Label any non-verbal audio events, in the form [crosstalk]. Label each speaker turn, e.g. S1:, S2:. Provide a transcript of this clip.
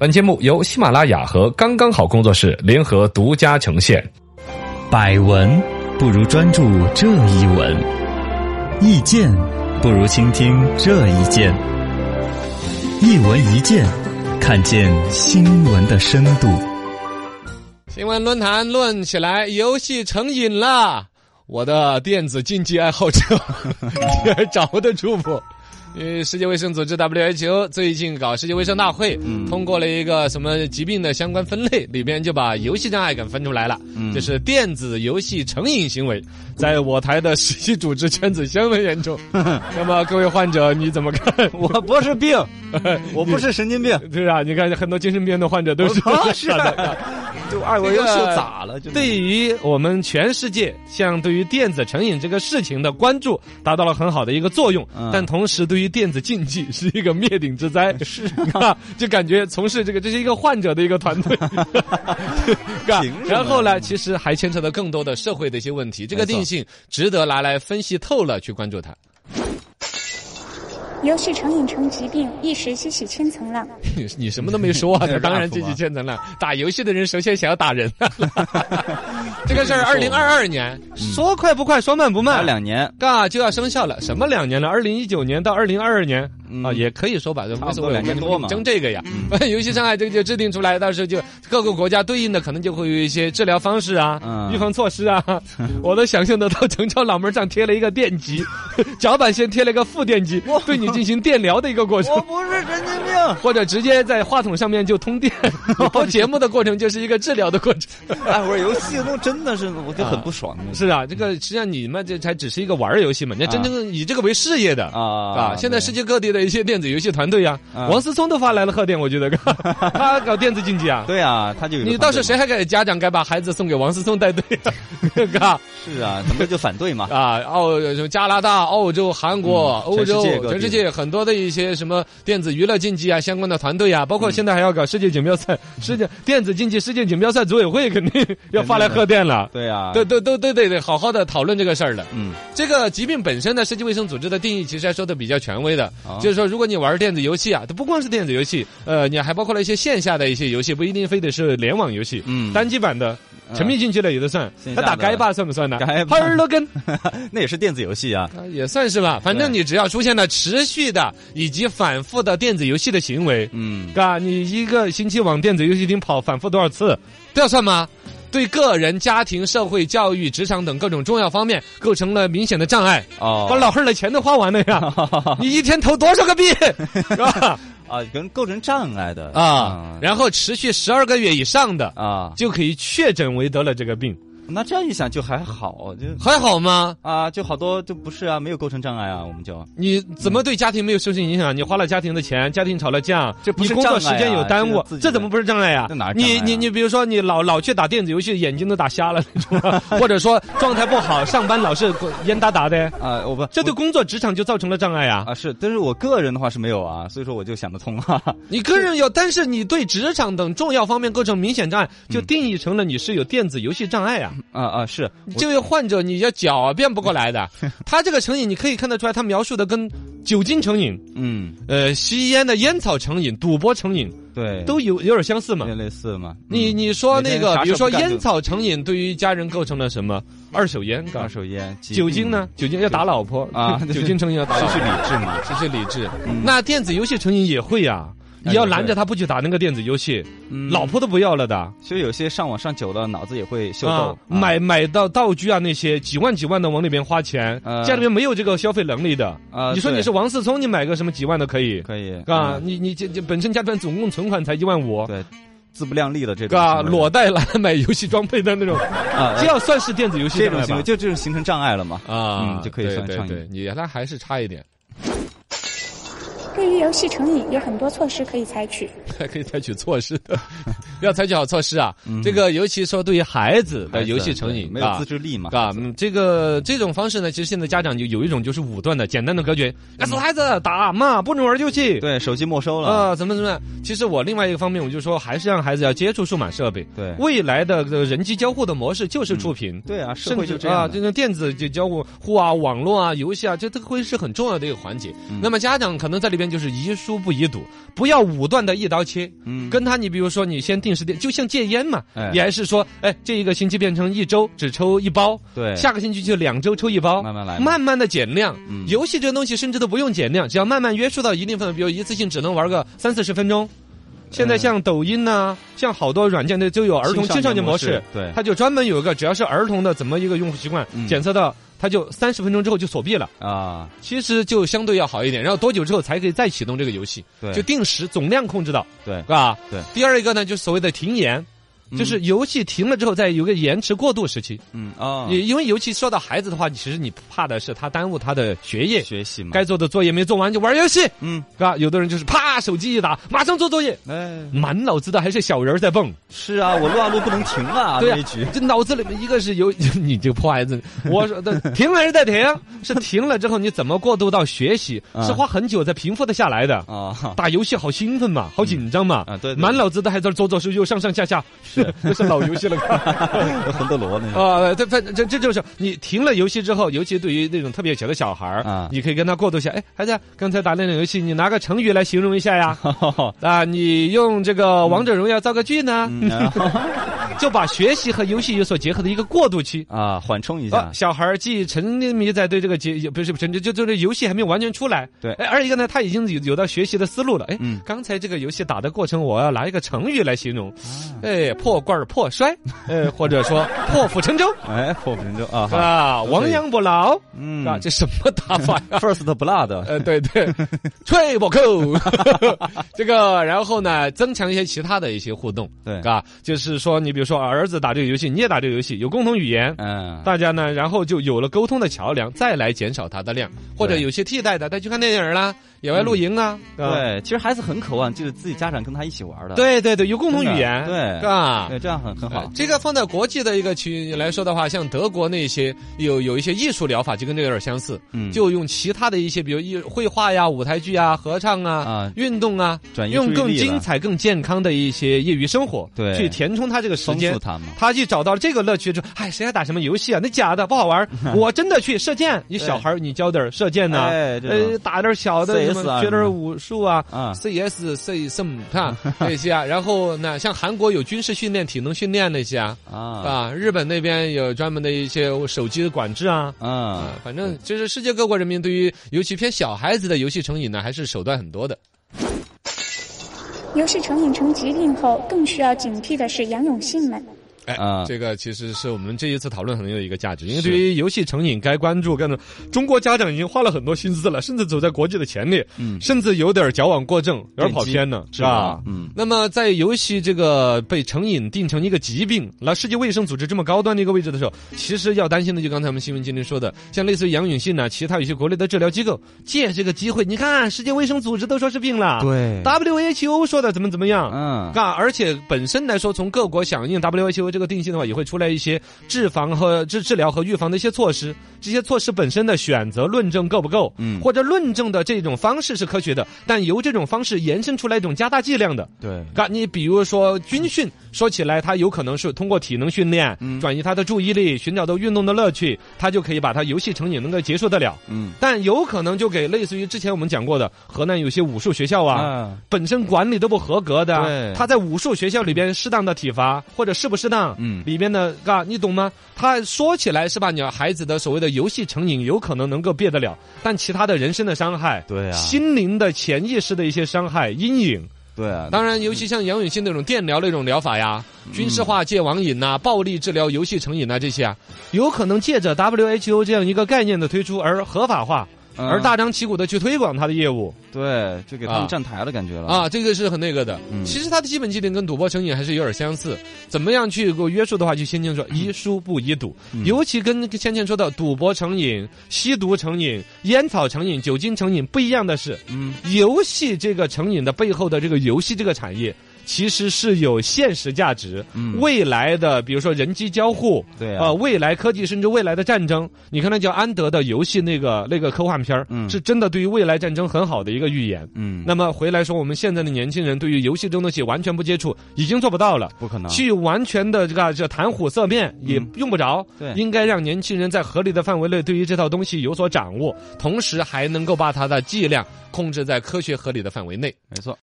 S1: 本节目由喜马拉雅和刚刚好工作室联合独家呈现。
S2: 百闻不如专注这一闻，意见不如倾听这一见。一闻一见，看见新闻的深度。
S3: 新闻论坛论起来，游戏成瘾啦！我的电子竞技爱好者，你还掌握得住不？因为世界卫生组织 WHO 最近搞世界卫生大会，通过了一个什么疾病的相关分类，里边就把游戏障碍给分出来了，就是电子游戏成瘾行为，在我台的实习组织圈子相当严重。那么各位患者你怎么看？
S4: 我不是 [laughs] 病，我不是神经病，
S3: 对啊，你看很多精神病的患者都是
S2: 哦
S4: [laughs] 不
S2: 啊
S4: 是啊就二
S3: 我
S4: 我
S3: 又
S4: 又
S3: 秀
S4: 秀
S3: 咋
S4: 咋了？就
S3: 对于我们全世界，像对于电子成瘾这个事情的关注，达到了很好的一个作用。
S4: 嗯
S3: 但同时，对于电子竞技是一个灭顶之
S4: [laughs]
S3: 灾。是 [laughs] 啊，就感觉从事这个，这是一个患者的一个团
S4: [laughs]
S3: 队。是吧
S4: 凭什么
S3: 然后呢，其实还牵扯到更多的社会的一些问题。这个
S4: 没错
S3: 定性值得拿来分析透了去关注它。 [laughs]
S5: 游戏成瘾成疾病，一时激起千层浪。
S3: 你你什么都没
S4: [laughs]
S3: 说啊，
S4: 那
S3: 那
S4: 是
S3: 当然
S4: rap
S3: 积极
S4: 吧
S3: 千层了。打游戏的人首先想要打
S4: [laughs]
S3: 人。这个事儿，二零二二年说快不快，说慢不
S4: 那
S3: 慢，
S4: 嗯两年，
S3: 嘎就要生效了，什么两年了？二零一九年到二零二二年、
S4: 嗯
S3: 啊，也可以说吧，这
S4: 差
S3: 无
S4: 不
S3: 所
S4: 多
S3: 谓，
S4: 两年
S3: 你们
S4: 多嘛嗯
S3: 争这个呀。 [laughs] 游戏障碍这个就制定出来，到时候就各个国家对应的可能就会有一些治疗方式啊、
S4: 嗯
S3: 预防措施
S4: [laughs]
S3: 啊。我都想象得到，城墙脑门上贴了一个电极， [laughs] 脚板先贴了一个负电极，对你进行电疗的一个过程。
S4: 不是神经病。 [laughs]
S3: 或者直接在话筒上面就通电，然后节目的过程就是一个治疗的过程。
S4: 哎，我说游戏弄真的是，我就很不爽
S3: 是啊，这个实际上你们这才只是一个玩儿游戏嘛，人家真正以这个为事业的
S4: 啊
S3: 啊，现在世界各地的一些电子游戏团队呀、
S4: 啊
S3: 王思聪都发来了贺电，我觉得 [laughs] 他搞电子竞技啊。
S4: 对啊，他就有一个
S3: 你到时候
S4: 团队
S3: 谁还给家长该把孩子送给王思聪带队 [laughs] 啊？嘎
S4: 是啊，咱们就反 [laughs] 对嘛。
S3: 啊，澳什么加拿大、澳洲、韩国、
S4: 嗯
S3: 欧洲
S4: 全世界各，地
S3: 全世界很多的一些什么电子娱乐竞技啊相关的团队
S4: 嗯
S3: 啊，包括现在还要搞世界锦标赛，世界电子竞技世界锦标赛组委会肯定要发来贺电了。
S4: 对啊，
S3: 对，对对对对对，好好的讨论这个事儿了。
S4: 嗯，
S3: 这个疾病本身呢，世界卫生组织的定义其实还说的比较权威的，
S4: 啊
S3: 就是说，如果你玩电子游戏啊，它不光是电子游戏，呃，你还包括了一些线下的一些游戏，不一定非得是联网游戏，
S4: 嗯
S3: 单机版的。沉迷进去了也都算，
S4: 线
S3: 那
S4: 下
S3: 打
S4: 的
S3: 街霸算不算呢？
S4: 街霸
S3: 哈尔罗
S4: [laughs]
S3: 根
S4: 那也是电子游戏啊。
S3: 啊也算是吧，反正你只要出现了持续的以及反复的电子游戏的行为，
S4: 嗯，
S3: 嘎，你一个星期往电子游戏厅跑反复多少次，都要算吗？对个人、家庭、社会、教育、职场等各种重要方面构成了明显的障碍，
S4: 哦
S3: 把老汉儿的钱都花完了 [laughs] 呀！你一天投多少 [laughs] 个币，是吧？
S4: 啊，跟构成障碍的
S3: 啊，然后持续十二个月以上的，
S4: 啊，
S3: 就可以确诊为得了这个病，
S4: 那这样一想就还好，就
S3: 还好吗？
S4: 啊，就好多就不是啊，没有构成障碍啊，我们就
S3: 你怎
S4: 嗯
S3: 么对家庭没有受性影响？你花了家庭的钱，家庭吵了架，
S4: 这不
S3: 你
S4: 是
S3: 工作时
S4: 障碍啊
S3: 间有耽误
S4: 这是自，己
S3: 这
S4: 的
S3: 怎么不是障碍呀、
S4: 这哪是障碍
S3: 你
S4: 啊
S3: 你你，比如说你老老去打电子游戏，眼睛都打瞎了那种
S4: [laughs]
S3: 啊，或者说状态不好，上班老是烟哒哒的，
S4: 啊，我不
S3: 这对工作职场就造成了障碍啊！
S4: 啊是，但是我个人的话是没有啊，所以说我就想得通啊。 [laughs]
S3: 你个人有，但是你对职场等重要方面构成明显障碍，就
S4: 嗯
S3: 定义成了你是有电子游戏障碍啊！
S4: 啊啊是，
S3: 这位患者，你要狡辩不过来的。他这个成瘾，你可以看得出来，他描述的跟酒精成瘾、
S4: 嗯，
S3: 呃吸烟的烟草成瘾、赌博成瘾。
S4: 对，
S3: 都有有点相似嘛
S4: 有。点类似嘛。
S3: 你
S4: 嗯
S3: 你说
S4: 每
S3: 那
S4: 天
S3: 个，
S4: 啥
S3: 比如
S4: 事
S3: 说
S4: 儿不干就
S3: 烟草成瘾对于家人构成了什么？二手烟，
S4: 嗯二
S3: 嘎
S4: 手烟、疾
S3: 酒
S4: 病
S3: 精呢？酒精要打老婆
S4: 啊
S3: [laughs] 酒精成瘾要打老
S4: 失
S3: 婆
S4: 去，理智嘛？
S3: 这是理智
S4: 嗯。
S3: 那电子游戏成瘾也会呀，你要拦着他不去打那个电子游戏，
S4: 嗯
S3: 老婆都不要了的。
S4: 其实有些上网上久了，脑子也会秀
S3: 啊
S4: 逗。，
S3: 买买到道具啊，那些几万几万的往里边花钱，
S4: 呃
S3: 家里面没有这个消费能力的。
S4: 啊，
S3: 你说你
S4: 对
S3: 是王思聪，你买个什么几万的可以？
S4: 可以
S3: 啊，
S4: 嗯
S3: 你你这这本身家里面总共存款才一万五，
S4: 对自不量力的这种
S3: 嘎，
S4: 行为，
S3: 裸贷拿来买游戏装备的那 [laughs] 种，
S4: 啊
S3: 这要算是电子游戏
S4: 这
S3: 障
S4: 种
S3: 碍
S4: 行为
S3: 吧？
S4: 就这种形成障碍了嘛？
S3: 啊
S4: 嗯就可以算
S3: 对对
S4: 上瘾
S3: 对，你那还是差一点， [laughs]
S5: 对于游戏成瘾，有很多措施可以采取。
S3: 还可以采取措施的， [laughs] 要采取好措施啊。这个尤其说对于孩子的
S4: 嗯孩子
S3: 呃游戏成
S4: 哎对
S3: 瘾，
S4: 没有
S3: 啊
S4: 自制力嘛？
S3: 啊，嗯这个这种方式呢，其实现在家长就有一种就是武断的、简单的隔绝，那死孩子打骂，不准玩游戏。
S4: 嗯对，手机没收了，
S3: 啊，怎么怎么样？其实我另外一个方面，我就说，还是让孩子要接触数码设备。
S4: 对
S3: 未来的呃人机交互的模式就是触屏。
S4: 对啊，社
S3: 甚
S4: 会
S3: 至
S4: 就这
S3: 啊，
S4: 样
S3: 这
S4: 的。
S3: 种电
S4: 嗯
S3: 子就交互互啊、网络啊、游戏啊，这都会是很重要的一个环节。那么家长可能在里边就是宜疏不宜堵，不要武断的一刀切。
S4: 嗯，
S3: 跟他，你比如说，你先定时定，就像戒烟嘛，
S4: 哎
S3: 你还是说，哎，这一个星期变成一周只抽一包，
S4: 对
S3: 下个星期就两周抽一包，
S4: 慢慢来嘛
S3: 慢慢的减量。
S4: 嗯
S3: 游戏这个东西甚至都不用减量，只要慢慢约束到一定份额，比如一次性只能玩个三四十分钟。现在像抖音呐、像好多软件的都有儿童
S4: 嗯青少
S3: 青
S4: 年
S3: 少年模
S4: 模
S3: 式
S4: 式，对
S3: 它就专门有一个，只要是儿童的怎么一个用户习惯，
S4: 嗯
S3: 检测到它就三十分钟之后就锁闭了。
S4: 啊，
S3: 其实就相对要好一点，然后多久之后才可以再启动这个游戏？
S4: 对
S3: 就定时总量控制到，
S4: 对
S3: 是吧？
S4: 对
S3: 第二一个呢，就是所谓的停延，就是游戏停了之后，再有个延迟过渡时期。
S4: 嗯啊，
S3: 也因为尤其说到孩子的话，其实你怕的是他耽误他的学业，
S4: 学习嘛，
S3: 该做的作业没做完就玩游戏，是
S4: 嗯，
S3: 吧？有的人就是啪手机一打，马上做作业，
S4: 哎，
S3: 满脑子的还是小人儿在蹦。
S4: 是啊，我撸啊撸不能停啊，
S3: 对
S4: 这一
S3: 呀、
S4: 局，
S3: 这脑子里面一个是有 [laughs] 你这个破孩子，我说的停还是在停，是停了之后你怎么过渡到学习，
S4: [laughs] 啊
S3: 是花很久才平复的下来的。
S4: 啊，哈
S3: 打游戏好兴奋嘛，好紧张嘛，
S4: 嗯啊对对
S3: 满脑子都还在左左右右上上下下， [laughs] 是那是老游戏了。
S4: 魂斗罗那种，
S3: 啊，对，反这这就是你停了游戏之后，尤其对于那种特别小的小孩儿，
S4: 啊。
S3: 你可以跟他过渡一下。哎，孩子，刚才打那种游戏，你拿个成语来形容一下呀
S4: [laughs]
S3: [laughs]
S4: 哈
S3: 啊，你用这
S4: 嗯
S3: 个《王者荣耀》造个句呢，就把学习和游戏有所结合的一个过渡期。
S4: 啊，缓冲一
S3: 啊
S4: 下，，
S3: 小孩儿既沉迷在对这个节，也不是不是沉迷，就就这游戏还没有完全出来。
S4: 对
S3: 哎，二一个呢，他已经有有到学习的思路了。哎，
S4: 嗯
S3: 刚才这个游戏打的过程，我要拿一个成语来形容，
S4: 啊
S3: 哎，破罐儿破
S4: [laughs]
S3: 摔，呃，或者说破釜沉舟
S4: 哎，破釜沉舟啊，哈
S3: 啊，亡羊补牢
S4: 嗯
S3: 啊，这什么打法
S4: [laughs]
S3: 呀？
S4: ，First Blood，
S3: 呃，对
S4: [laughs]
S3: 对，吹我扣， [laughs] 这个，然后呢，增强一些其他的一些互动，
S4: 对
S3: 啊，就是说，你比如说儿子打这个游戏，你也打这个游戏，有共同语言，
S4: 嗯，
S3: 大家呢，然后就有了沟通的桥梁，再来减少它的量，或者
S4: 对嗯
S3: 有些替代的，带去看电影啦，野外露营啊，啊
S4: 对，其实孩子很渴望就是自己家长跟他一起玩的，
S3: 对对对，有共同语言，
S4: 真的对
S3: 是吧？
S4: 对，这样很很好
S3: 呃，这个放在国际的一个区来说的话，像德国那些有有一些艺术疗法，就跟这个有点相似，
S4: 嗯
S3: 就用其他的一些，比如艺绘画呀、舞台剧啊、合唱啊、
S4: 啊
S3: 运动啊，
S4: 转移注
S3: 用
S4: 意
S3: 更
S4: 力
S3: 精
S4: 了，
S3: 彩、更健康的一些业余生活，
S4: 对
S3: 去填充他这个时
S4: 丰
S3: 间
S4: 富。他嘛，
S3: 他去找到这个乐趣之后，哎，谁还打什么游戏啊？那假的不好玩
S4: [laughs]
S3: 儿我真的去射箭。你小孩儿，你教点儿射箭呢、
S4: 哎这种
S3: 呃，打点儿小的
S4: CS
S3: 什么，
S4: 啊
S3: 学点儿
S4: 什么
S3: 武术啊。
S4: 啊，
S3: CS、C 什么
S4: [laughs]
S3: 啊那些啊，然后呢，像韩国有军事训练、体能训练那些啊，
S4: 啊
S3: 啊，日本那边有专门的一些手机的管制啊，
S4: 啊
S3: 啊，，反正就是世界各国人民对于尤其偏小孩子的游戏成瘾呢，还是手段很多的。
S5: 游戏成瘾成疾病后，更需要警惕的是杨永信们。
S3: 哎，
S4: 啊
S3: 这个其实是我们这一次讨论很有一个价值，因为
S4: 是
S3: 对于游戏成瘾该关注，更中国家长已经花了很多心思了，甚至走在国际的前列，
S4: 嗯
S3: 甚至有点矫枉过正，有点
S4: 电
S3: 跑
S4: 击
S3: 偏了，
S4: 是
S3: 是吧？
S4: 吧？嗯
S3: 那么，在游戏这个被成瘾定成一个疾病，那世界卫生组织这么高端的一个位置的时候，其实要担心的就刚才我们新闻今天说的，像类似于杨永信呢、其他有些国内的治疗机构借这个机会，你看世界卫生组织都说是病了，
S4: 对
S3: ，WHO 说的怎么怎么样，
S4: 嗯
S3: 啊，而且本身来说，从各国响应 WHO 这个定性的话，也会出来一些治防和治治疗和预防的一些措施。这些措施本身的选择论证够不够？
S4: 嗯
S3: 或者论证的这种方式是科学的，但由这种方式延伸出来一种加大剂量的。
S4: 对
S3: 啊，你比如说军训，说起来，他有可能是通过体能训练、
S4: 嗯
S3: 转移他的注意力，寻找到运动的乐趣，他就可以把他游戏成瘾能够结束得了。
S4: 嗯
S3: 但有可能就给类似于之前我们讲过的河南有些武术学校啊，
S4: 啊
S3: 本身管理都不合格的
S4: 对，
S3: 他在武术学校里边适当的体罚或者适不适当，
S4: 嗯
S3: 里边的啊，你懂吗？他说起来是吧？你要孩子的所谓的游戏成瘾，有可能能够避得了，但其他的人生的伤害，
S4: 对啊
S3: 心灵的潜意识的一些伤害阴影，
S4: 对啊，
S3: 当然，尤其像杨永信那种电疗那种疗法呀，
S4: 嗯
S3: 军事化戒网瘾呐、暴力治疗游戏成瘾呐、这些啊，有可能借着 WHO 这样一个概念的推出而合法化，
S4: 嗯
S3: 而大张旗鼓的去推广它的业务。
S4: 对，就给他
S3: 啊
S4: 们站台的感觉了，
S3: 啊，这个是很那个的。
S4: 嗯
S3: 其实它的基本机能跟赌博成瘾还是有点相似。怎么样去给我约束的话，就先前
S4: 嗯
S3: 说宜疏不宜赌，尤其跟先前说到赌博成瘾、吸毒成瘾、烟草成瘾、酒精成瘾不一样的是，
S4: 嗯
S3: 游戏这个成瘾的背后的这个游戏这个产业。其实是有现实价值。
S4: 嗯
S3: 未来的，比如说人机交互，
S4: 对啊
S3: 啊、未来科技甚至未来的战争，你看那叫安德的游戏那个那个科幻片儿
S4: 嗯
S3: 是真的对于未来战争很好的一个预言。
S4: 嗯，
S3: 那么回来说，我们现在的年轻人对于游戏这种东西完全不接触，已经做不到了。
S4: 不可能，
S3: 去完全的这个这谈虎色变也
S4: 嗯
S3: 用不着，
S4: 对
S3: 应该让年轻人在合理的范围内对于这套东西有所掌握，同时还能够把它的剂量控制在科学合理的范围内。
S4: 没错。